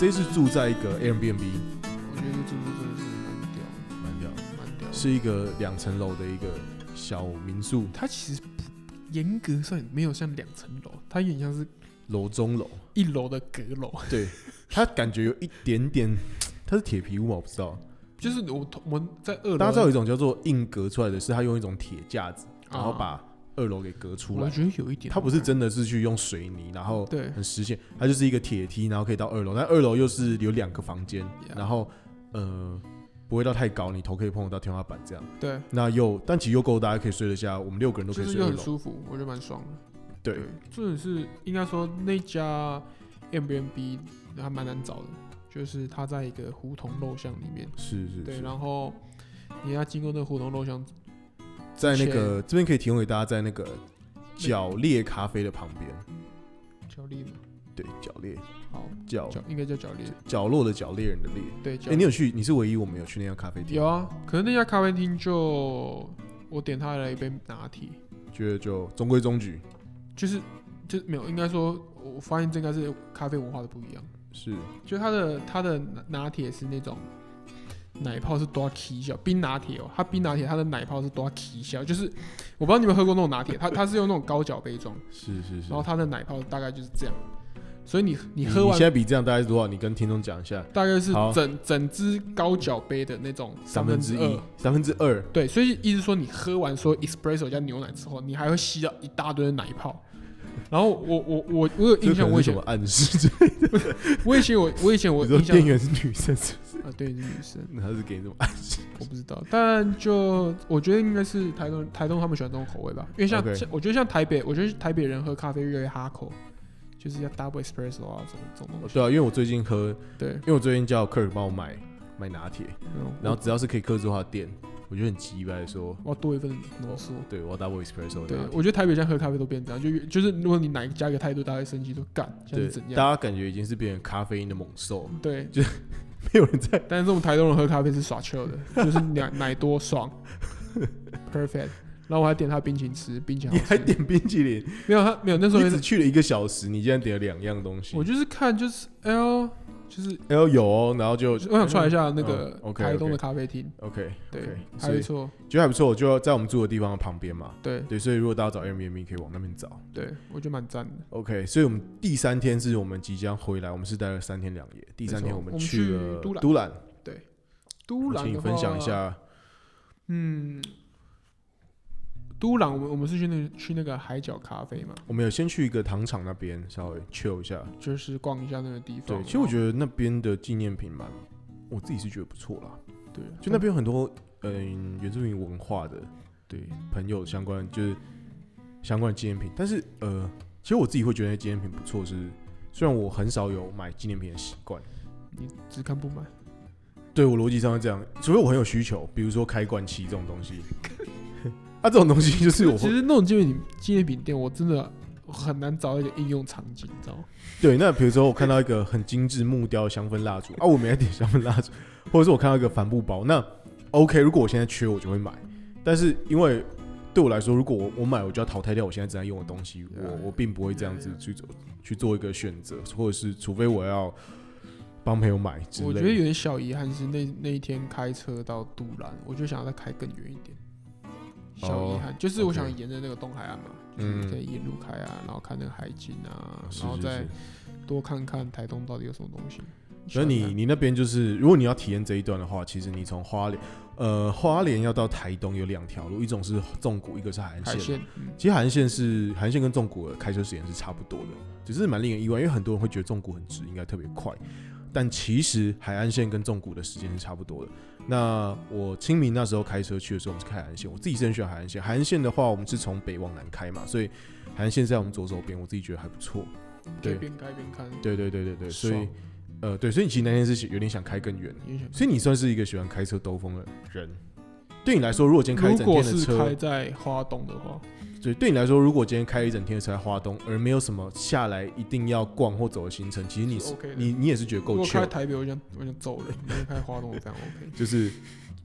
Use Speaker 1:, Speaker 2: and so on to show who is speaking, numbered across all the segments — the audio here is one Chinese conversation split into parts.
Speaker 1: 这次住在一个 Airbnb，
Speaker 2: 我觉得这住宿真的是蛮屌的，
Speaker 1: 蛮屌，
Speaker 2: 蛮屌的。
Speaker 1: 是一个两层楼的一个小民宿，
Speaker 2: 它其实不严格算没有像两层楼，它有点像是
Speaker 1: 楼中楼。
Speaker 2: 一楼的阁楼。
Speaker 1: 对，它感觉有一点点，它是铁皮屋吗？我不知道。
Speaker 2: 就是我同我们在二楼，啊
Speaker 1: 大家知道有一种叫做硬隔出来的是，它用一种铁架子，然后
Speaker 2: 啊
Speaker 1: 把二楼给隔出
Speaker 2: 我
Speaker 1: 来。
Speaker 2: 觉得有一点，
Speaker 1: 它不是真的是去用水泥，然后
Speaker 2: 对
Speaker 1: 很实现，它就是一个铁梯，然后可以到二楼，但二楼又是有两个房间
Speaker 2: Yeah
Speaker 1: 然后呃不会到太高，你头可以碰得到天花板这样。
Speaker 2: 对，
Speaker 1: 那又但其实又够大家可以睡得下，我们六个人都可
Speaker 2: 就
Speaker 1: 以
Speaker 2: 是
Speaker 1: 睡
Speaker 2: 又
Speaker 1: 二
Speaker 2: 很
Speaker 1: 楼。
Speaker 2: 舒服，我觉得蛮爽的。
Speaker 1: 对，，
Speaker 2: 重点是应该说那家 Airbnb 还蛮难找的，就是它在一个胡同陋巷里面，
Speaker 1: 是是
Speaker 2: 对，
Speaker 1: 是，
Speaker 2: 然后你要经过那个胡同陋巷，
Speaker 1: 在那个这边可以提供给大家，在那个角裂咖啡的旁边，
Speaker 2: 角力嘛，
Speaker 1: 对，角裂
Speaker 2: 好，
Speaker 1: 角
Speaker 2: 角应该叫角力，
Speaker 1: 角落的角猎人的猎。
Speaker 2: 对，角
Speaker 1: 哦哎、你有去？你是唯一我们有去那家咖啡厅，
Speaker 2: 有啊，可是那家咖啡厅就我点它了一杯拿铁，
Speaker 1: 觉得就中规中矩，
Speaker 2: 就是就没有，应该说我发现这应该是咖啡文化的不一样。
Speaker 1: 是
Speaker 2: 就它的它的拿拿铁是那种奶泡是多起小冰拿铁哦，它冰拿铁它的奶泡是多起小，就是我不知道你们喝过那种拿铁，它它是用那种高脚杯装，
Speaker 1: 是是是
Speaker 2: 然后它的奶泡大概就是这样，所以你
Speaker 1: 你
Speaker 2: 你喝
Speaker 1: 你
Speaker 2: 完
Speaker 1: 现在比这样大概是多少？你跟听众讲一下，
Speaker 2: 大概是
Speaker 1: 好
Speaker 2: 整整只高脚杯的那种
Speaker 1: 三
Speaker 2: 分
Speaker 1: 分
Speaker 2: 之
Speaker 1: 之
Speaker 2: 二
Speaker 1: 一。，三分之二，
Speaker 2: 对，所以意思说你喝完说 espresso 加牛奶之后，你还会吸到一大堆的奶泡。然后我我我我有印象，我以
Speaker 1: 为什
Speaker 2: 前
Speaker 1: 么暗示？
Speaker 2: 我以前我我以前 我
Speaker 1: 你说
Speaker 2: 印象
Speaker 1: 店员是女生，是不
Speaker 2: 啊，对，是女生。
Speaker 1: 是还是给你这么 暗示？
Speaker 2: 我不知道，但就我觉得应该是台东台东他们喜欢这种口味吧，因为像
Speaker 1: OK
Speaker 2: 像我觉得像台北，我觉得台北人喝咖啡越来越哈口，就是要 double espresso 啊这种这种东西。
Speaker 1: 对啊，因为我最近喝，
Speaker 2: 对，
Speaker 1: 因为我最近叫 Kirk 帮我买买拿铁，然
Speaker 2: 然
Speaker 1: 后
Speaker 2: 后
Speaker 1: 只要是可以克制化的店，我就很急白说，
Speaker 2: 我要多一份浓缩。
Speaker 1: 对啊我要 double espresso 的
Speaker 2: 对
Speaker 1: 拿，铁。
Speaker 2: 我觉得台北现在喝咖啡都变这样，就就是如果你哪一加一个态度，大家会生气说干，现
Speaker 1: 对
Speaker 2: 在是怎，
Speaker 1: 大
Speaker 2: 样？
Speaker 1: 家感觉已经是变成咖啡因的猛兽，
Speaker 2: 对，
Speaker 1: 没有人 在
Speaker 2: 但是我们台东人喝咖啡是耍 chill 的，就是奶奶多爽，perfect。然后我还点他冰淇淋吃，冰淇
Speaker 1: 你
Speaker 2: 淋好
Speaker 1: 还
Speaker 2: 吃
Speaker 1: 点冰淇淋，
Speaker 2: 没有他没有那时候
Speaker 1: 你
Speaker 2: 也
Speaker 1: 只
Speaker 2: 是
Speaker 1: 去了一个小时，你竟然点了两样东西
Speaker 2: 我。就是看就是哎呦就是
Speaker 1: 然后有哦，然后就
Speaker 2: 我想踹一下那个
Speaker 1: 嗯，OK，OK
Speaker 2: 台东的咖啡厅，
Speaker 1: OK，
Speaker 2: 对
Speaker 1: OK，，
Speaker 2: 还不错，
Speaker 1: 觉得还不错，就在我们住的地方的旁边嘛。
Speaker 2: 对
Speaker 1: 对，所以如果大家找 Airbnb 可以往那边找。
Speaker 2: 对，我觉得蛮赞的。
Speaker 1: OK，所以我们第三天是我们即将回来，我们是待了三天两夜。第三天
Speaker 2: 没错
Speaker 1: 们
Speaker 2: 我们
Speaker 1: 去
Speaker 2: 去
Speaker 1: 了
Speaker 2: 都兰
Speaker 1: 都兰，
Speaker 2: 都兰，
Speaker 1: 请你分享一，下。
Speaker 2: 嗯，都兰，我们我们是去那个去那个海角咖啡嘛，
Speaker 1: 我们有先去一个糖厂那边稍微 chill 一下。
Speaker 2: 就是逛一下那个地方。
Speaker 1: 对，其实我觉得那边的纪念品蛮，我自己是觉得不错啦。
Speaker 2: 得对，
Speaker 1: 就那边有很多嗯原住民文化的
Speaker 2: 对
Speaker 1: 朋友相关就是相关的纪念品，但是呃，其实我自己会觉得那纪念品不错是，虽然我很少有买纪念品的习惯，
Speaker 2: 你只看不买，
Speaker 1: 对我逻辑上是这样，除非我很有需求，比如说开罐器这种东西， 啊，这种东西就是我
Speaker 2: 其
Speaker 1: 会
Speaker 2: 实那种纪念品纪念品店，我真的很难找到一个应用场景，你知道吗？
Speaker 1: 对。那比如说我看到一个很精致木雕香氛蜡烛啊，我没在点香氛蜡烛，或者是我看到一个帆布包，那 OK，如果我现在缺我就会买，但是因为对我来说，如果我我买我就要淘汰掉我现在正在用的东西，
Speaker 2: 啊
Speaker 1: 我我并不会这样子去做去做一个选择，或者是除非我要帮朋友买之
Speaker 2: 我觉得
Speaker 1: 类的。
Speaker 2: 有点小遗憾是那那一天开车到都兰，我就想要再开更远一点。小遗
Speaker 1: 哦
Speaker 2: 憾、就是我
Speaker 1: OK
Speaker 2: 想沿着那个东海岸嘛，就是
Speaker 1: 嗯哦
Speaker 2: 可以沿路开啊，然后看那个海景啊，
Speaker 1: 是
Speaker 2: 然后
Speaker 1: 是
Speaker 2: 再
Speaker 1: 是
Speaker 2: 多看看台东到底有什么东西。
Speaker 1: 所以你
Speaker 2: 啊
Speaker 1: 你那边就是，如果你要体验这一段的话，其实你从花莲，呃，花莲要到台东有两条路，一种是纵谷，一个是海岸
Speaker 2: 海
Speaker 1: 线。
Speaker 2: 鲜，嗯
Speaker 1: 其实海岸线是海岸线跟纵谷的开车时间是差不多的，只是蛮令人意外，因为很多人会觉得纵谷很直，应该特别快，但其实海岸线跟纵谷的时间是差不多的。那我清明那时候开车去的时候，我们是开海岸线，我自己是很喜欢海岸线。海岸线的话，我们是从北往南开嘛，所以海岸线在我们左手边，我自己觉得还不错。
Speaker 2: 可以
Speaker 1: 对
Speaker 2: 边开边看。
Speaker 1: 对对对对对，所
Speaker 2: 爽
Speaker 1: 以呃对，所以你其实那天是有点想开更远。
Speaker 2: 你也想
Speaker 1: 所以你算是一个喜欢开车兜风的人。对你来说，如果今天开一
Speaker 2: 如
Speaker 1: 整
Speaker 2: 果
Speaker 1: 天的
Speaker 2: 是开
Speaker 1: 车，
Speaker 2: 在花东的话，
Speaker 1: 对，对你来说，如果今天开一整天的车在花东，而没有什么下来一定要逛或走的行程，其实你
Speaker 2: 是 OK 的
Speaker 1: 你你也是觉得
Speaker 2: 如
Speaker 1: 够
Speaker 2: 果开
Speaker 1: 糗，
Speaker 2: 台北，我想我想走人；如果开花东，我非常 OK。
Speaker 1: 就是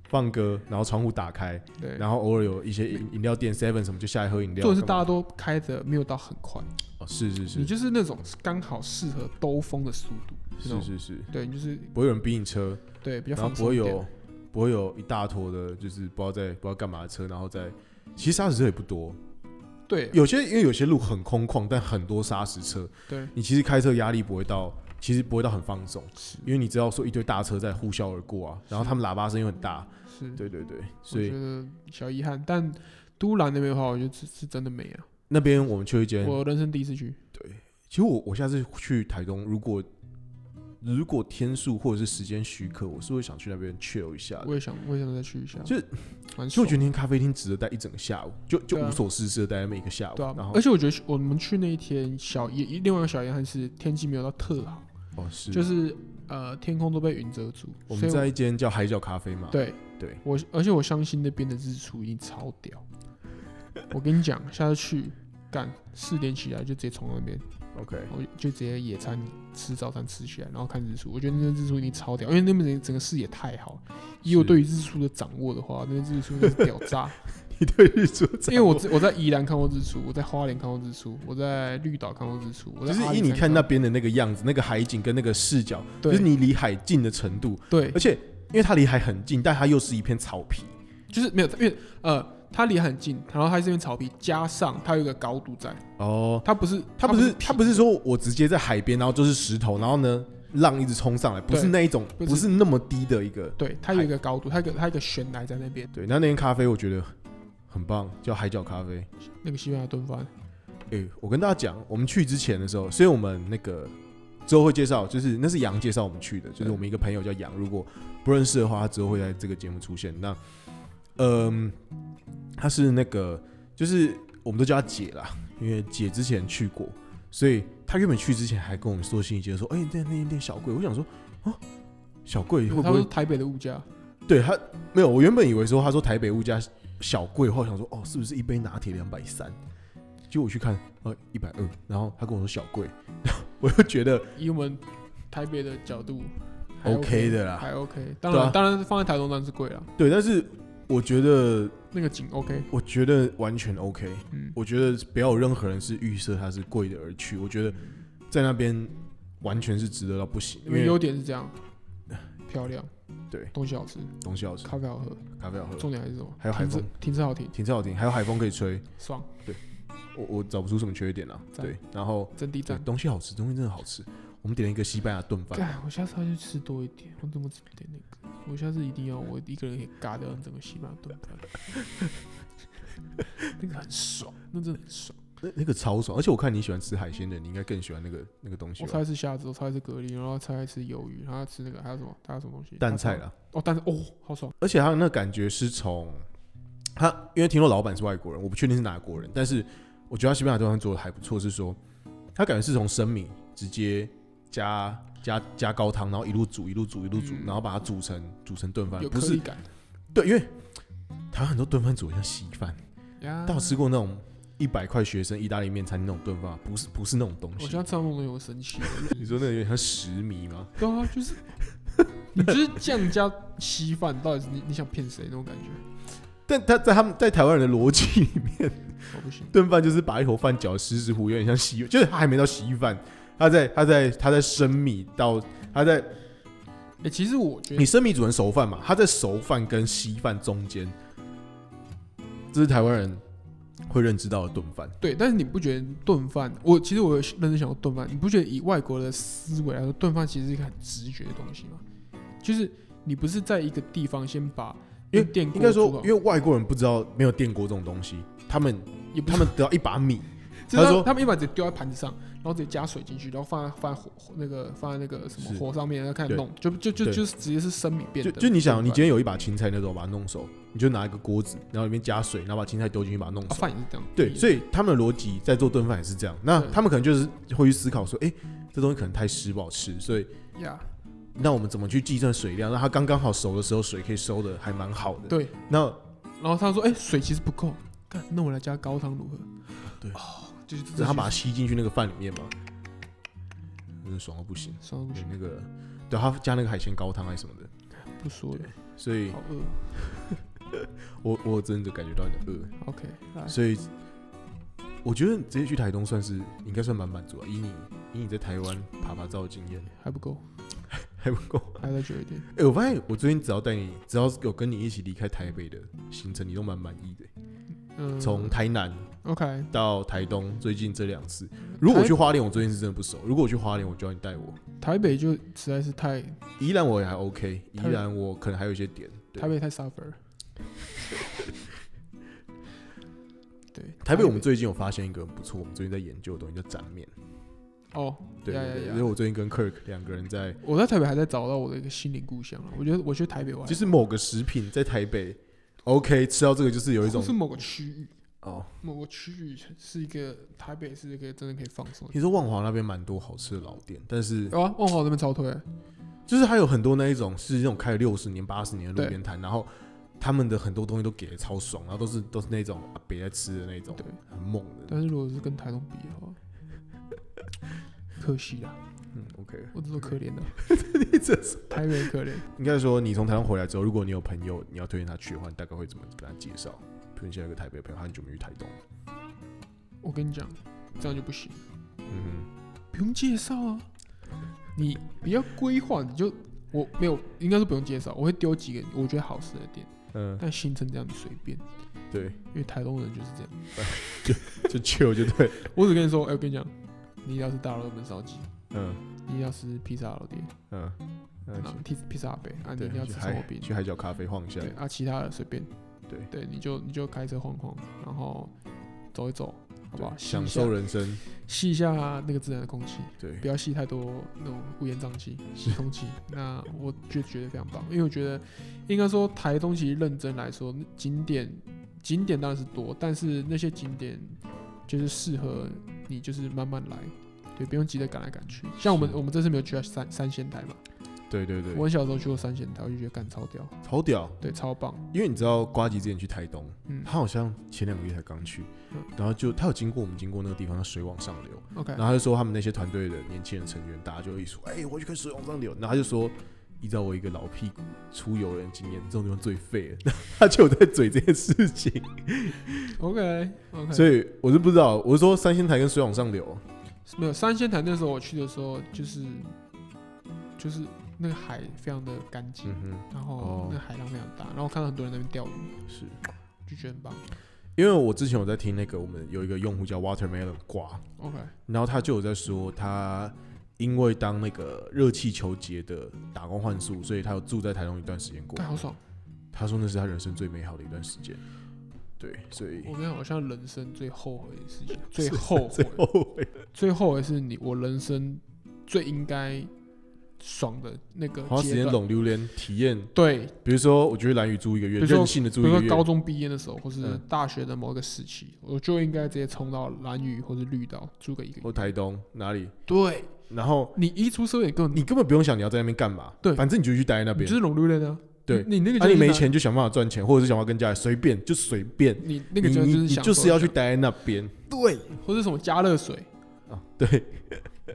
Speaker 1: 放歌，然后窗户打开，
Speaker 2: 对，
Speaker 1: 然后偶尔有一些饮饮料店 Seven 什么就下来喝饮料。
Speaker 2: 重点是大
Speaker 1: 干
Speaker 2: 家
Speaker 1: 嘛
Speaker 2: 都开的没有到很快，
Speaker 1: 哦，是是
Speaker 2: 你
Speaker 1: 是
Speaker 2: 就是那种刚好适合兜风的速度，那
Speaker 1: 是
Speaker 2: 种
Speaker 1: 是是，
Speaker 2: 对，你就是
Speaker 1: 不会有人逼你车，
Speaker 2: 对比较
Speaker 1: 然后
Speaker 2: 放
Speaker 1: 不
Speaker 2: 松
Speaker 1: 会
Speaker 2: 一点。
Speaker 1: 有不会有一大坨的，就是不知道在不知道干嘛的车，然后再其实砂石车也不多，
Speaker 2: 对
Speaker 1: 有些因为有些路很空旷，但很多砂石车，
Speaker 2: 对
Speaker 1: 你其实开车压力不会到，其实不会到很放松，
Speaker 2: 是
Speaker 1: 因为你知道说一堆大车在呼啸而过啊，然后他们喇叭声又很大，
Speaker 2: 是，
Speaker 1: 对对对，所
Speaker 2: 我觉
Speaker 1: 以
Speaker 2: 得小遗憾。但都兰那边的话，我觉得是是真的美啊，
Speaker 1: 那边我们去一间，
Speaker 2: 我人生第一次去。
Speaker 1: 其实我我下次去台东，如果如果天数或者是时间许可，我是会想去那边 chill 一下的。
Speaker 2: 我也想，我也想再去一下，
Speaker 1: 就是
Speaker 2: 蛮
Speaker 1: 其实我
Speaker 2: 爽
Speaker 1: 觉得那间咖啡厅值得待一整个下午，就就
Speaker 2: 对啊
Speaker 1: 无所事事的待那么一个下午。
Speaker 2: 对啊
Speaker 1: 然，后
Speaker 2: 而且我觉得我们去那一天小也另外一个小遗憾是天气没有到特好，
Speaker 1: 哦是，
Speaker 2: 就是呃天空都被云遮住，
Speaker 1: 我
Speaker 2: 所
Speaker 1: 们
Speaker 2: 以
Speaker 1: 在一间叫海角咖啡嘛。
Speaker 2: 对
Speaker 1: 对
Speaker 2: 我而且我相信那边的日出一定超屌。我跟你讲，下次去干四点起来就直接从那边，
Speaker 1: ，OK，
Speaker 2: 我就直接野餐吃早餐吃起来，然后看日出。我觉得那边日出一定超屌，因为那边整整个视野太好了。以我
Speaker 1: 是
Speaker 2: 对于日出的掌握的话，那边日出真是屌 炸。
Speaker 1: 你对日出掌握，
Speaker 2: 因为我自我在宜兰看过日出，我在花莲看过日出，我在绿岛看过日出，我在
Speaker 1: 就是
Speaker 2: 阿里
Speaker 1: 以你
Speaker 2: 山
Speaker 1: 看那
Speaker 2: 过
Speaker 1: 边的那个样子，那个海景跟那个视角，就
Speaker 2: 对
Speaker 1: 是你离海近的程度，
Speaker 2: 对
Speaker 1: 而，且因为它离海很近，但它又是一片草皮。
Speaker 2: 就是没有，因为呃，它离很近，然后它这边草皮加上它有一个高度在，
Speaker 1: 哦，
Speaker 2: 它不是
Speaker 1: 它不是
Speaker 2: 平
Speaker 1: 它不是说我直接在海边，然后就是石头，然后呢浪一直冲上来，不是
Speaker 2: 对
Speaker 1: 那一种，
Speaker 2: 不是
Speaker 1: 不是那么低的一个。
Speaker 2: 对，它有一个高度，它有一个它有一个悬崖在那边，
Speaker 1: 对，那那间咖啡我觉得很棒，叫海角咖啡。
Speaker 2: 那个西班牙炖饭，
Speaker 1: 诶、我跟大家讲，我们去之前的时候，所以我们那个之后会介绍，就是那是杨介绍我们去的，就是
Speaker 2: 对
Speaker 1: 我们一个朋友叫杨，如果不认识的话，他之后会在这个节目出现。那，嗯、他是那个，就是我们都叫他姐啦，因为姐之前去过，所以他原本去之前还跟我们说心理节说，哎、那那间店小贵，我想说啊，小贵会不
Speaker 2: 它说
Speaker 1: 会？
Speaker 2: 台北的物价，
Speaker 1: 对他没有，我原本以为说他说台北物价小贵，后来想说哦，是不是一杯拿铁两百三？结果我去看，呃，一百二，然后他跟我说小贵， 我又觉得
Speaker 2: 以我们台北的角度还
Speaker 1: OK 的啦
Speaker 2: 还 OK，当
Speaker 1: 对
Speaker 2: 然、
Speaker 1: 啊
Speaker 2: 当然放在台中当然是贵了，
Speaker 1: 对，但是我觉得，
Speaker 2: 那个景 OK，
Speaker 1: 我觉得完全 OK，
Speaker 2: 嗯，
Speaker 1: 我觉得不要有任何人是预设它是贵的而去，我觉得在那边完全是值得到不行，因
Speaker 2: 因为
Speaker 1: 为
Speaker 2: 优点是 这样，漂亮，
Speaker 1: 对
Speaker 2: 东西好吃，
Speaker 1: 东西好吃，
Speaker 2: 咖啡好喝，
Speaker 1: 咖啡好喝，
Speaker 2: 重点还是什么？
Speaker 1: 还有海
Speaker 2: 停车
Speaker 1: 风
Speaker 2: 停车好停，
Speaker 1: 停车好停，还有海风可以吹，
Speaker 2: 爽，
Speaker 1: 我我找不出什么缺点啊，
Speaker 2: 赞
Speaker 1: 对，然后
Speaker 2: 真地
Speaker 1: 对
Speaker 2: 赞。
Speaker 1: 东西好吃，东西真的好吃，我们点了一个西班牙炖饭。
Speaker 2: 干，我下次要去吃多一点。我怎么只点那个？我下次一定要我一个人可以嘎掉整个西班牙炖饭， 那个很爽，那真的很爽。
Speaker 1: 那那个超爽，而且我看你喜欢吃海鲜的，你应该更喜欢那个那个东西
Speaker 2: 我超
Speaker 1: 吧？
Speaker 2: 爱吃虾子，我超爱吃蛤蜊，然后超爱吃鱿鱼，然后吃那个还有什么？还有什么东西？
Speaker 1: 蛋菜
Speaker 2: 了。
Speaker 1: 啦，
Speaker 2: 哦，蛋菜哦，好爽。
Speaker 1: 而且他那感觉是从他，因为听说老板是外国人，我不确定是哪国人，但是我觉得他西班牙豆饭做的还不错，是说他感觉是从生米直接加加加高汤，然后一路煮一路煮一路煮，
Speaker 2: 嗯
Speaker 1: 然后把它煮成煮成炖饭
Speaker 2: 有，
Speaker 1: 不
Speaker 2: 颗
Speaker 1: 是
Speaker 2: 粒感
Speaker 1: 对，因为台湾很多炖饭煮的像稀饭，
Speaker 2: 呀
Speaker 1: 但我吃过那种一百块学生意大利面餐厅那种炖饭，不是不是那种东
Speaker 2: 我
Speaker 1: 西
Speaker 2: 现。在吃到那种东西，我生气了。
Speaker 1: 你说那个有点像食迷吗？
Speaker 2: 对啊，就是 你就是酱加稀饭，到底是你你想骗谁那种感觉？
Speaker 1: 但他在他们在台湾人的逻辑里面，
Speaker 2: 我不行。
Speaker 1: 炖饭就是把一坨饭搅得湿湿糊，有点像稀，就是他还没到稀饭，他在他在他在生米到他在
Speaker 2: 哎，其实我觉得
Speaker 1: 你生米煮成熟饭嘛，他在熟饭跟稀饭中间，这是台湾人会认知到的炖饭。
Speaker 2: 对，但是你不觉得炖饭？我其实我有认真想过炖饭，你不觉得以外国的思维来说，炖饭其实是一个很直觉的东西吗？就是你不是在一个地方先把
Speaker 1: 因
Speaker 2: 用电锅
Speaker 1: 应该说
Speaker 2: 煮，好
Speaker 1: 因为外国人不知道没有电锅这种东西，他们
Speaker 2: 也不
Speaker 1: 他
Speaker 2: 是，
Speaker 1: 们得到一把米，
Speaker 2: 就是他
Speaker 1: 他说
Speaker 2: 他们一般直接丢在盘子上，然后直接加水进去，然后放在放在火火那个放在那个什么
Speaker 1: 是
Speaker 2: 火上面，然后开始
Speaker 1: 对
Speaker 2: 弄，就就就
Speaker 1: 对
Speaker 2: 就是直接是生米变
Speaker 1: 就
Speaker 2: 的。
Speaker 1: 就你想，你今
Speaker 2: 天
Speaker 1: 天有一把青菜那种把它弄熟，你就拿一个锅子，然后里面加水，然后把青菜丢进去把它弄熟。
Speaker 2: 饭也是这样，
Speaker 1: 对，所以他们的逻辑在做炖饭也是这样。那
Speaker 2: 对
Speaker 1: 他们可能就是会去思考说，哎、这东西可能太湿不好吃，所以
Speaker 2: 以呀，
Speaker 1: 那我们怎么去计算水量，让它刚刚好熟的时候水可以收的还蛮好的。，
Speaker 2: 对。
Speaker 1: 那
Speaker 2: 然后他说：“哎、水其实不够，干，那我来加高汤如何？”
Speaker 1: 对
Speaker 2: 哦，就是
Speaker 1: 让它把它吸进去那个饭里面嘛，真的爽到不行。
Speaker 2: 爽到不
Speaker 1: 有
Speaker 2: 行，
Speaker 1: 那个，对，他加那个海鲜高汤还是什么的，
Speaker 2: 不说了，
Speaker 1: 所以
Speaker 2: 好饿。
Speaker 1: 我我真的感觉到你的饿，
Speaker 2: OK，来，
Speaker 1: 所以我觉得直接去台东算是应该算蛮满足啊。以你以你在台湾爬爬照的经验
Speaker 2: 还不够，
Speaker 1: 还不够。
Speaker 2: 还要再久一点。
Speaker 1: 哎、我发现我最近只要带你，只要有跟你一起离开台北的行程，你都蛮满意的、欸
Speaker 2: 嗯，
Speaker 1: 从台南
Speaker 2: OK，
Speaker 1: 到台东，最近这两次，如果我去花莲，我最近是真的不熟。如果我去花莲，我就要你带我。
Speaker 2: 台北就实在是太
Speaker 1: 宜兰我也还 OK，宜
Speaker 2: 台北
Speaker 1: 兰我可能还有一些点。对
Speaker 2: 台北太 suffer 了。对，
Speaker 1: 台北我们最近有发现一个很不错，我们最近在研究的东西叫展面。
Speaker 2: 哦，
Speaker 1: 对
Speaker 2: 呀
Speaker 1: 对
Speaker 2: 呀
Speaker 1: 对，
Speaker 2: 呀
Speaker 1: 因为我最近跟 Kirk 两个人在，
Speaker 2: 我在台北还在找到我的一个心灵故乡了。我觉得我去台北玩，
Speaker 1: 就是某个食品在台北 OK 吃到这个，就是有一种
Speaker 2: 是某个区域，
Speaker 1: 哦，
Speaker 2: 某个区域是一个台北是一个真的可以放松的地
Speaker 1: 听说万华那边蛮多好吃的老店，但是
Speaker 2: 方。有啊，万华那边超推，
Speaker 1: 就是还有很多那一种是那种开了六十年、八十年的路边摊，然后他们的很多东西都给的超爽，然后都是都是那种阿北在吃的那种，
Speaker 2: 对，
Speaker 1: 很猛的。
Speaker 2: 但是如果是跟台东比的话，可惜啦，
Speaker 1: 嗯，OK，
Speaker 2: 我这都可怜的，
Speaker 1: 你这是
Speaker 2: 台北可怜。
Speaker 1: 应该说你从台湾回来之后，如果你有朋友你要推荐他去的话，你大概会怎么跟他介绍？比如你现在有个台北朋友，他很久没去台东，
Speaker 2: 我跟你讲，这样就不行，
Speaker 1: 嗯
Speaker 2: 不用介绍啊。你比较规划，你就我没有，应该是不用介绍，我会丢几个我觉得好吃的店，
Speaker 1: 哼嗯，
Speaker 2: 但行程这样你随便，
Speaker 1: 对，
Speaker 2: 因为台东人就是这样。
Speaker 1: 就 chill 就对，
Speaker 2: 我只跟你说，哎、我跟你讲，你要吃大肉焖烧鸡，
Speaker 1: 嗯
Speaker 2: 你要吃披萨老爹，
Speaker 1: 嗯嗯
Speaker 2: 然后，披披萨阿北，啊，你
Speaker 1: 对
Speaker 2: 一定要，
Speaker 1: 去
Speaker 2: 吃烧
Speaker 1: 海
Speaker 2: 饼，
Speaker 1: 去海角咖啡晃一下
Speaker 2: 对，啊，其他的随便，
Speaker 1: 对
Speaker 2: 对，你就你就开车晃晃，然后走一走，好不好？
Speaker 1: 对
Speaker 2: 吸一
Speaker 1: 享
Speaker 2: 下
Speaker 1: 受人生，
Speaker 2: 吸一下那个自然的空气，
Speaker 1: 对
Speaker 2: 不要吸太多那种乌烟瘴气，吸空气。那我就觉得非常棒，因为我觉得应该说台东其实认真来说，景点景点当然是多，但是那些景点就是适合你，就是慢慢来。对，不用急着赶来赶去。像我们，
Speaker 1: 是
Speaker 2: 我们这次没有去到三三仙台嘛。
Speaker 1: 对对对
Speaker 2: 我，很小时候去过三仙台，我就觉得干超屌，
Speaker 1: 好屌，
Speaker 2: 对，超棒。
Speaker 1: 因为你知道瓜吉之前去台东，
Speaker 2: 嗯
Speaker 1: 他好像前两个月才刚去
Speaker 2: 嗯，哎
Speaker 1: 然后就他有经过我们经过那个地方，叫水往上流，
Speaker 2: ，OK，
Speaker 1: 然后他就说他们那些团队的年轻人成员，大家就一起说，哎、我去看水往上流，然后他就说。依照我一个老屁股出游人经验，这种地方最废了。 他就有在嘴这件事情，
Speaker 2: OK OK，
Speaker 1: 所以我是不知道。我是说三仙台跟水往上流，啊
Speaker 2: 没有三仙台那时候我去的时候，就是就是那个海非常的干净，
Speaker 1: 嗯哼，
Speaker 2: 然
Speaker 1: 哦
Speaker 2: 后那个海浪非常大，然后我看到很多人在那边钓鱼，
Speaker 1: 是
Speaker 2: 就觉得很棒。
Speaker 1: 因为我之前有在听那个我们有一个用户叫 Watermelon 瓜，
Speaker 2: OK，
Speaker 1: 然后他就有在说，他因为当那个热气球节的打工换宿，所以他有住在台东一段时间过
Speaker 2: 干。好爽！
Speaker 1: 他说那是他人生最美好的一段时间。对，所以
Speaker 2: 我跟你讲，我现在人生最后悔的事情，最 后
Speaker 1: 最
Speaker 2: 悔，
Speaker 1: 后悔
Speaker 2: 最后悔是你我人生最应该爽的那个
Speaker 1: 花时
Speaker 2: 阶
Speaker 1: 间
Speaker 2: 段。
Speaker 1: 拢榴莲体验，
Speaker 2: 对，
Speaker 1: 比如说我觉得蓝雨住一个月，
Speaker 2: 比如说
Speaker 1: 任性的
Speaker 2: 比
Speaker 1: 住一
Speaker 2: 如
Speaker 1: 个
Speaker 2: 说
Speaker 1: 月，
Speaker 2: 高中毕业的时候，或是
Speaker 1: 嗯
Speaker 2: 大学的某一个时期，我就应该直接冲到蓝屿或是绿岛住个一个月。
Speaker 1: 或台东哪里，
Speaker 2: 对
Speaker 1: 然后
Speaker 2: 你一出社会，你根本
Speaker 1: 你根本不用想你要在那边干嘛，
Speaker 2: 对
Speaker 1: 反正你就去待在那
Speaker 2: 你
Speaker 1: 边
Speaker 2: 就。是融入类的啊。
Speaker 1: 对
Speaker 2: 你你那个
Speaker 1: 啊，
Speaker 2: 就是
Speaker 1: 你没
Speaker 2: 拿，
Speaker 1: 钱就想办法赚钱，或者是想办法跟家里随便就随便，
Speaker 2: 你那个
Speaker 1: 你
Speaker 2: 就
Speaker 1: 你
Speaker 2: 是
Speaker 1: 你
Speaker 2: 享
Speaker 1: 就是
Speaker 2: 受
Speaker 1: 要
Speaker 2: 一下
Speaker 1: 去，待在那边。对
Speaker 2: 或者什么加热水。
Speaker 1: 啊，对，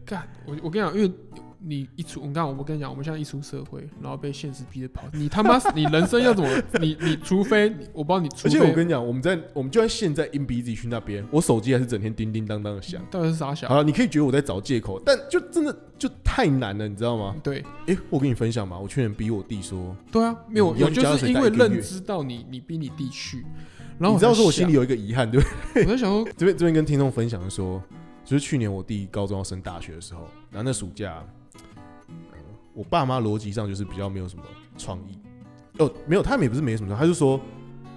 Speaker 2: 干，我我跟你讲，因为你一出，我刚我们跟你讲，我们现在一出社会，然后被现实逼着跑，你他妈你人生要怎么？你你除非你我不知道你，除
Speaker 1: 而且我
Speaker 2: 非
Speaker 1: 跟你讲，我们在我们就算现在 in busy 去那边，我手机还是整天叮叮当当的响。
Speaker 2: 到底是傻小
Speaker 1: 好。了，你可以觉得我在找借口，但就真的就太难了，你知道吗？
Speaker 2: 对
Speaker 1: 诶，我跟你分享嘛，我去年逼我弟说，
Speaker 2: 对啊，没有，
Speaker 1: 你要
Speaker 2: 我
Speaker 1: 去加
Speaker 2: 就
Speaker 1: 热
Speaker 2: 是
Speaker 1: 水
Speaker 2: 因
Speaker 1: 待
Speaker 2: 为
Speaker 1: 一个月
Speaker 2: 认知到你，你逼你弟去，然后
Speaker 1: 你知道说我心
Speaker 2: 想
Speaker 1: 里，有一个遗憾， 对不对？
Speaker 2: 我在想说，
Speaker 1: 这边这边跟听众分享说，就是去年我弟高中要升大学的时候，然后那暑假，呃我爸妈逻辑上就是比较没有什么创意，哦，没有，他们也不是没什么创意，他就说，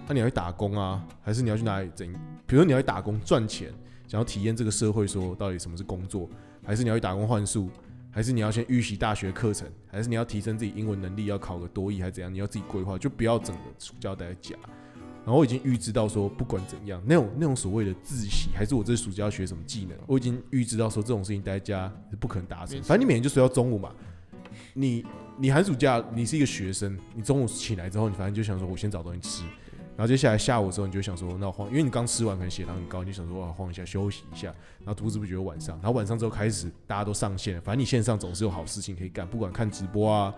Speaker 1: 那、你要去打工啊，还是你要去哪里整？比如说你要去打工赚钱，想要体验这个社会，说到底什么是工作，还是你要去打工换宿，还是你要先预习大学课程，还是你要提升自己英文能力，要考个多艺，还是怎样？你要自己规划，就不要整个暑假待在家。然后我已经预知到说，不管怎样，那种那种所谓的自习，还是我这暑假要学什么技能，我已经预知到说这种事情待在家是不可能达成
Speaker 2: 没。错
Speaker 1: 反正你每天就睡到中午嘛，你你寒暑假你是一个学生，你中午起来之后，你反正就想说我先找东西吃，然后接下来下午的时候你就想说那我晃，因为你刚吃完可能血糖很高，你就想说我要晃一下休息一下，然后不知不觉晚上，然后晚上之后开始大家都上线了，反正你线上总是有好事情可以干，不管看直播啊，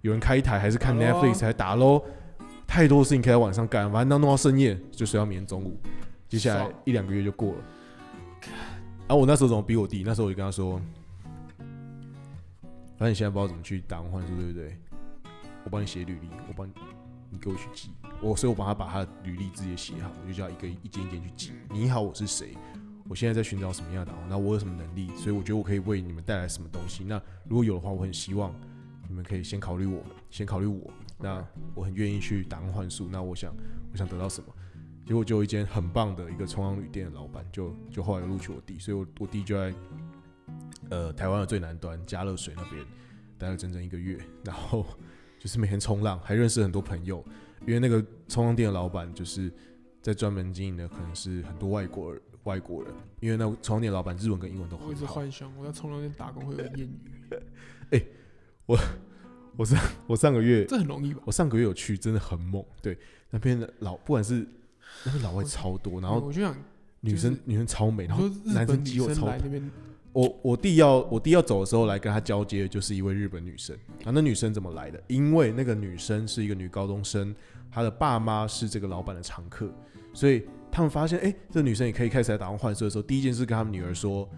Speaker 1: 有人开一台还是看
Speaker 2: 打咯
Speaker 1: Netflix 还打喽，太多事情可以在晚上干，反正到弄到深夜就睡到明天中午，接下来
Speaker 2: 爽
Speaker 1: 一两个月就过了。然后、我那时候怎么逼我弟？那时候我就跟他说，反正你现在不知道怎么去打工换宿，对不对？我帮你写履历，我帮你，你给我去寄。我哎所以，我帮他把他的履历自己写好，我就叫他一个一件一件去寄。你好，我是谁？我现在在寻找什么样的打工？那我有什么能力？所以我觉得我可以为你们带来什么东西？那如果有的话，我很希望你们可以先考虑我，先考虑我。那我很愿意去打工换宿。那我想，我想得到什么？结果就有一间很棒的一个冲浪旅店的老板，就就后来有录取我弟，所以我我弟就在呃台湾的最南端加热水那边待了整整一个月，然后 就是每天冲浪，还认识很多朋友，因为那个冲浪店的老板就是在专门经营的，可能是很多外国人外国人，因为那冲浪店的老板日文跟英文都
Speaker 2: 我一
Speaker 1: 很
Speaker 2: 直
Speaker 1: 好。
Speaker 2: 幻想我在冲浪店打工会有谚语，
Speaker 1: 我上个月
Speaker 2: 这很容易吧？
Speaker 1: 我上个月有去，真的很猛，对那边的老不管是那边老外超多，然后
Speaker 2: 我就想，
Speaker 1: 女生、
Speaker 2: 就是嗯
Speaker 1: 女生超美，然
Speaker 2: 你
Speaker 1: 后
Speaker 2: 说日
Speaker 1: 男
Speaker 2: 本
Speaker 1: 生
Speaker 2: 女
Speaker 1: 肌肉
Speaker 2: 生
Speaker 1: 超
Speaker 2: 来那边
Speaker 1: 我我弟要我弟要走的时候来跟他交接的就是一位日本女生，啊，那女生怎么来的？因为那个女生是一个女高中生，她的爸妈是这个老板的常客，所以他们发现，哎、这女生也可以开始来打工换宿的时候，第一件事跟他们女儿说，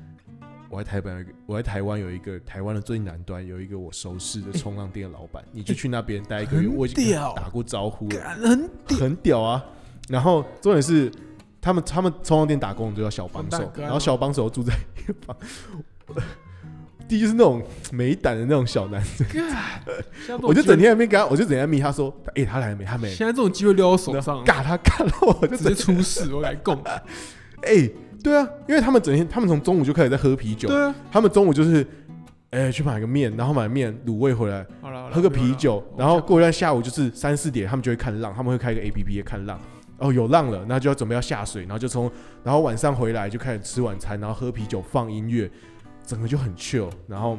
Speaker 1: 我在台北有一个，我在台湾有一个台湾的最南端有一个我熟识的冲浪店的老板，你就去那边待一个月，
Speaker 2: 很
Speaker 1: 我已经跟
Speaker 2: 屌
Speaker 1: 他打过招呼了，
Speaker 2: 干很
Speaker 1: 很屌啊。然后重点是，他们他们冲浪店打工就叫小帮
Speaker 2: 混
Speaker 1: 手
Speaker 2: 蛋，哥啊
Speaker 1: 然后小帮手住在一个 房，弟就是那种没胆的那种小男生，
Speaker 2: 干，现在这种
Speaker 1: 我就
Speaker 2: 机会
Speaker 1: 整天在那边跟他，我就整天在密他说，哎、他来了没？他没。
Speaker 2: 现在这种机会撂我手上，
Speaker 1: 尬他尬到我就
Speaker 2: 直
Speaker 1: 整
Speaker 2: 接出事，我来 供。
Speaker 1: 哎、对啊，因为他们整天，他们从中午就开始在喝啤酒，
Speaker 2: 对啊，
Speaker 1: 他们中午就是，哎、去买个面，然后买面卤味回来，
Speaker 2: 好了，好啦
Speaker 1: 喝个
Speaker 2: 没有
Speaker 1: 啤
Speaker 2: 啦
Speaker 1: 酒，
Speaker 2: 我
Speaker 1: 然后
Speaker 2: 想
Speaker 1: 过一段下午就是三四点，他们就会看浪，他们会开一个 A P P 看浪。哦，有浪了，那就要准备要下水，然后就从，然后晚上回来就开始吃晚餐，然后喝啤酒，放音乐，整个就很 chill，然后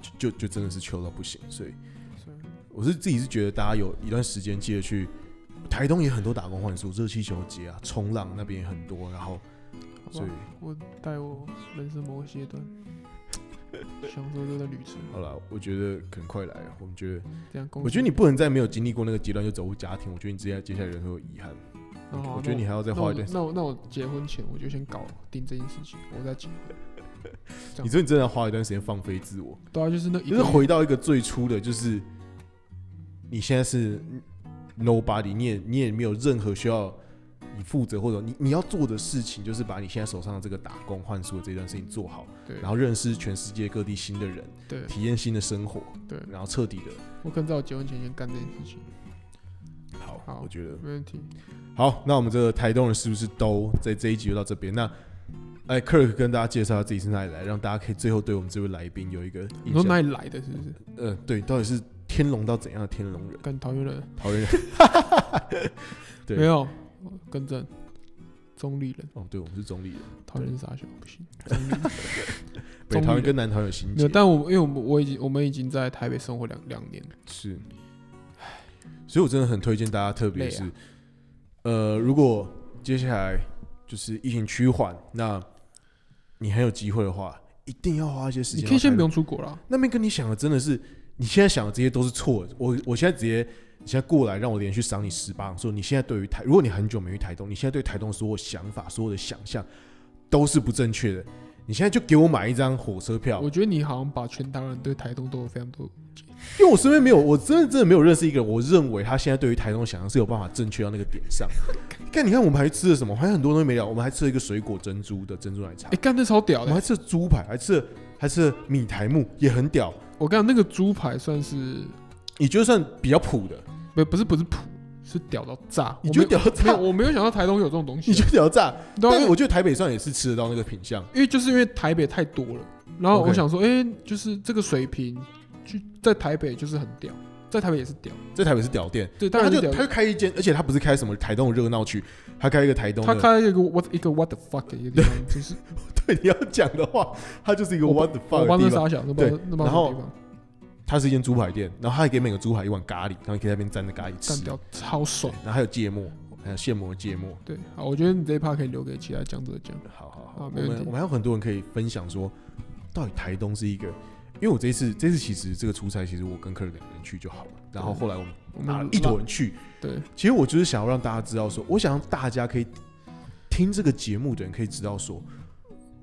Speaker 1: 就就就真的是 chill 到不行。所以
Speaker 2: 所以
Speaker 1: 我是自己是觉得大家有一段时间记得去台东也很多打工换宿，热气球节啊，冲浪那边也很多，然后
Speaker 2: 好吧
Speaker 1: 所以
Speaker 2: 我带我人生某个阶 段，享受这段旅程。
Speaker 1: 好了，我觉得可能快来了，我们觉得，
Speaker 2: 这样恭喜，
Speaker 1: 我觉得你不能在没有经历过那个阶段就走入家庭，我觉得你接下来接下来人会有遗憾。
Speaker 2: 哦，好
Speaker 1: 我觉得你还要再
Speaker 2: 那
Speaker 1: 花
Speaker 2: 我
Speaker 1: 一点时间。
Speaker 2: 那我那我结婚前我就先搞定这件事情，我再结婚。那
Speaker 1: 你说你真的要花一段时间放飞自我，
Speaker 2: 对啊，就是那一
Speaker 1: 就是
Speaker 2: 个月
Speaker 1: 回到一个最初的，就是你现在是 nobody，你也你也没有任何需要你负责或者你你要做的事情，就是把你现在手上的这个打工换宿的这段事情做好，
Speaker 2: 对，
Speaker 1: 然后认识全世界各地新的人，
Speaker 2: 对
Speaker 1: 体验新的生活，
Speaker 2: 对，
Speaker 1: 然后彻底的
Speaker 2: 我可能在我结婚前先干这件事情，
Speaker 1: 好，
Speaker 2: 好
Speaker 1: 我觉得
Speaker 2: 没问题。
Speaker 1: 好，那我们这个台东人是不是都在这一集就到这边？那哎，Kirk 跟大家介绍他自己是哪里来，让大家可以最后对我们这位来宾有一个
Speaker 2: 你
Speaker 1: 印
Speaker 2: 说
Speaker 1: 象。
Speaker 2: 哪里来的？是不是？
Speaker 1: 呃，对，到底是天龙到怎样的天龙 人？
Speaker 2: 跟桃园人？
Speaker 1: 桃园人？对
Speaker 2: 没有，我更正，中立人，
Speaker 1: 哦，对，我们是中立人，
Speaker 2: 桃园人傻小 不行，中立人。
Speaker 1: 北
Speaker 2: 中立
Speaker 1: 桃园
Speaker 2: 人
Speaker 1: 跟南桃园有新
Speaker 2: 没
Speaker 1: 界
Speaker 2: 有，，但我因为我们我已经我们已经在台北生活两两年了，
Speaker 1: 是。所以我真的很推荐大家，特别
Speaker 2: 累啊
Speaker 1: 是、呃，如果接下来就是疫情趋缓，那你很有机会的话，一定要花一些时
Speaker 2: 你
Speaker 1: 间到台北。
Speaker 2: 可以先不用出国了。
Speaker 1: 那边跟你想的真的是，你现在想的这些都是错的。我我现在直接，你现在过来让我连续赏你十巴掌，说你现在对于台，如果你很久没去台东，你现在对台东所有想法、所有的想象都是不正确的。你现在就给我买一张火车票
Speaker 2: 我，觉得你好像把全台湾人对台东都有非常多
Speaker 1: 因为我身边没有，我真的真的没有认识一个人，我认为他现在对于台东的想象是有办法正确到那个点上。看，你看我们还吃了什么？还有很多东西没聊，我们还吃了一个水果珍珠的珍珠 奶茶
Speaker 2: 哎、，干这超屌
Speaker 1: 我
Speaker 2: 的
Speaker 1: 们！还吃了猪排，还吃了还吃了米苔木，也很屌。
Speaker 2: 我跟你讲，那个猪排算是
Speaker 1: 你就算比较普的，
Speaker 2: 不不是不是普，是屌到炸。
Speaker 1: 你就屌到
Speaker 2: 我没
Speaker 1: 炸
Speaker 2: 有，没有，我没有想到台东有这种东西
Speaker 1: 你
Speaker 2: 啊、
Speaker 1: 就屌炸。
Speaker 2: 对
Speaker 1: 但
Speaker 2: 啊、因
Speaker 1: 是
Speaker 2: 为
Speaker 1: 我觉得台北算也是吃得到那个品相，
Speaker 2: 因为就是因为台北太多了，然后
Speaker 1: OK
Speaker 2: 我想说，哎、就是这个水平，就在台北就是很屌，在台北也是屌，
Speaker 1: 在台北是屌店，
Speaker 2: 对，当
Speaker 1: 他
Speaker 2: 然
Speaker 1: 就
Speaker 2: 是屌
Speaker 1: 他。就开一间，而且他不是开什么台东热闹区，他开一个台东
Speaker 2: 他
Speaker 1: 的。
Speaker 2: 开了一个 what 一个 what the fuck 的一个地方，就是
Speaker 1: 对，你要讲的话，他就是一个
Speaker 2: 我
Speaker 1: what the
Speaker 2: 我
Speaker 1: fuck 的
Speaker 2: 帮他
Speaker 1: 地方。
Speaker 2: 傻小，那
Speaker 1: 对
Speaker 2: 帮那帮
Speaker 1: 然后
Speaker 2: 地方
Speaker 1: 它是一间猪排店，然后他还给每个猪排一碗咖喱，然后你可以在那边蘸着咖喱
Speaker 2: 干
Speaker 1: 吃。
Speaker 2: 掉超爽。
Speaker 1: 然后还有芥末，还有现磨芥末。
Speaker 2: 对，好，我觉得你这一趴可以留给其他讲者讲。
Speaker 1: 好好好，
Speaker 2: 好
Speaker 1: 我
Speaker 2: 没问
Speaker 1: 们
Speaker 2: 题
Speaker 1: 我们还有很多人可以分享说，到底台东是一个，哎、因为我这一次这次其实这个出差，其实我跟客人两个人去就好了。然后后来我们
Speaker 2: 我
Speaker 1: 拿了
Speaker 2: 们
Speaker 1: 啊一坨人去，
Speaker 2: 对，
Speaker 1: 其实我就是想要让大家知道说，我想让大家可以听这个节目的人可以知道说，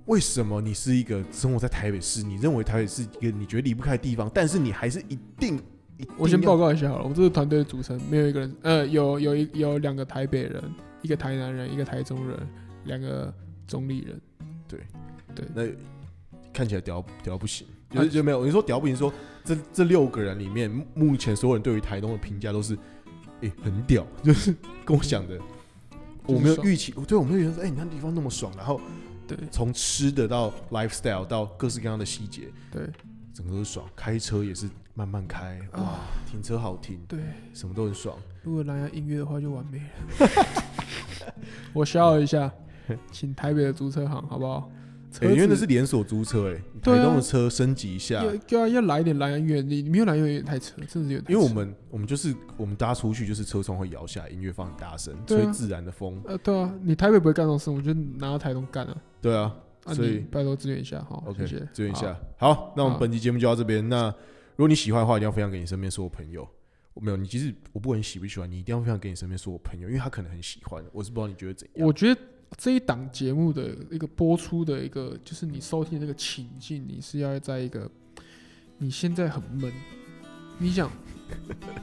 Speaker 1: 为什么你是一个生活在台北市，你认为台北是一个你觉得离不开的地方，但是你还是一定一定
Speaker 2: 我先报
Speaker 1: 告，
Speaker 2: 告一下好了，我这个团队的组成没有一个人，呃，有有一有两个台北人，一个台南人，一个台中人，两个中立人。
Speaker 1: 那看起来屌屌不行，就是就没有你说屌不行，说这这六个人里面，目目前所有人对于台东的评价都是，哎、很屌，就是跟我想的。
Speaker 2: 就是
Speaker 1: 我没有
Speaker 2: 爽
Speaker 1: 预期，对我没有预期说，哎、你看地方那么爽，然后
Speaker 2: 对
Speaker 1: 从吃的到 lifestyle 到各式各样的细节，
Speaker 2: 对
Speaker 1: 整个都爽，开车也是慢慢开，哇，
Speaker 2: 啊
Speaker 1: 停车好停，
Speaker 2: 对，
Speaker 1: 什么都很爽。
Speaker 2: 如果蓝牙音乐的话就完美了。 我 shout 一 下，请台北的租车行好不好？车
Speaker 1: 哎、
Speaker 2: 子
Speaker 1: 因为那是连锁租车、哎、
Speaker 2: 对啊
Speaker 1: 台东的车升级一下，
Speaker 2: 要要要来一点蓝牙音乐，你你没有蓝牙音乐有点太扯，真的是有点太扯。
Speaker 1: 因为我们我们就是我们搭出去就是车窗会摇下来，音乐放很大声，
Speaker 2: 对啊
Speaker 1: 吹自然的风，
Speaker 2: 呃，对啊，你台北不会干这种事，我就拿到台东干啊。
Speaker 1: 对啊，
Speaker 2: 啊，
Speaker 1: 所以
Speaker 2: 你拜托支援一下哈，
Speaker 1: OK，
Speaker 2: 哦谢谢，
Speaker 1: 支援一
Speaker 2: 好
Speaker 1: 下。。好，那我们
Speaker 2: 好
Speaker 1: 本期节目就到这边。那如果你喜欢的话，一定要分享给你身边所有朋友。我没有，你即使我不管你喜不喜欢，你一定要分享给你身边所有朋友，因为他可能很喜欢。我是不知道你觉得怎样。
Speaker 2: 我觉得这一档节目的一个播出的一个，就是你收听的那个情境，你是要在一个你现在很闷，你想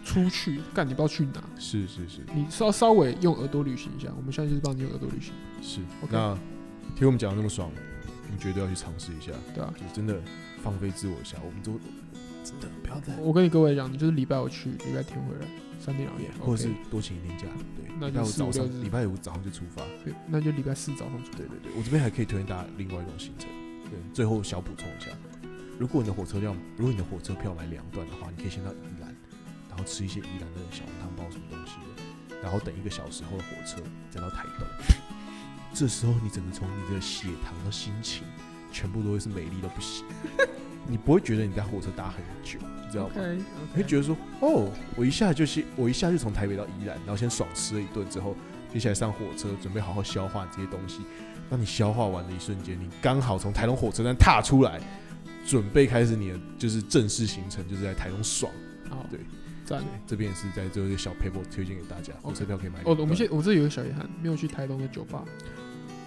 Speaker 2: 出去干，你不知道去哪，
Speaker 1: 是是是
Speaker 2: 你稍稍微用耳朵旅行一下。我们现在就是帮你用耳朵旅行，
Speaker 1: 是。
Speaker 2: OK
Speaker 1: 那听我们讲的那么爽，你绝对要去尝试一下，
Speaker 2: 对啊。
Speaker 1: 就是真的放飞自我一下。我们都真的不要再，
Speaker 2: 我跟你各位讲，你就是礼拜五去，礼拜天回来，三天两夜，
Speaker 1: 或者是
Speaker 2: OK
Speaker 1: 多请一天假。对，
Speaker 2: 那
Speaker 1: 礼
Speaker 2: 就
Speaker 1: 拜五
Speaker 2: 四五
Speaker 1: 早
Speaker 2: 六
Speaker 1: 上，
Speaker 2: 日
Speaker 1: 礼拜五早上就出发。
Speaker 2: 对那就礼拜四早上出。
Speaker 1: 对对对，我这边还可以推荐大家另外一种行程。对，最后小补充一下，如果你的火车票，如果你的火车票买两段的话，你可以先到宜兰，然后吃一些宜兰的小笼汤包什么东西的，然后等一个小时后的火车再到台东。这时候你整个从你的血糖到心情，全部都会是美丽到不行。你不会觉得你在火车搭很久，你知道吗
Speaker 2: OK，
Speaker 1: 你会觉得说，哦，我一下就是我一下就从台北到宜兰，然后先爽吃了一顿之后，接下来上火车，准备好好消化这些东西。当你消化完的一瞬间，你刚好从台东火车站踏出来，准备开始你的就是正式行程，就是在台东爽。
Speaker 2: 得好，哦
Speaker 1: 对，
Speaker 2: 赞
Speaker 1: 对。，啊这边也是在做一个小 paper 推荐给大家，火车票可以买两
Speaker 2: 哦
Speaker 1: 段。，
Speaker 2: 我们现我这里有个小遗憾，没有去台东的酒吧，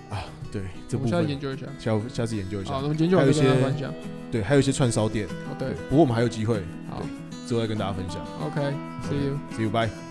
Speaker 1: 啊，对这部
Speaker 2: 我们下次
Speaker 1: 分
Speaker 2: 研究一下。
Speaker 1: 下午下次研究一
Speaker 2: 好，
Speaker 1: 下
Speaker 2: 那。我们今天就晚
Speaker 1: 还
Speaker 2: 跟
Speaker 1: 有一
Speaker 2: 大
Speaker 1: 些
Speaker 2: 家分享。
Speaker 1: 对，还有一些串烧店，
Speaker 2: 哦，对，
Speaker 1: 不过我们还有机会
Speaker 2: 好
Speaker 1: 之后再跟大家分享。
Speaker 2: ，OK，See you。
Speaker 1: See you，bye。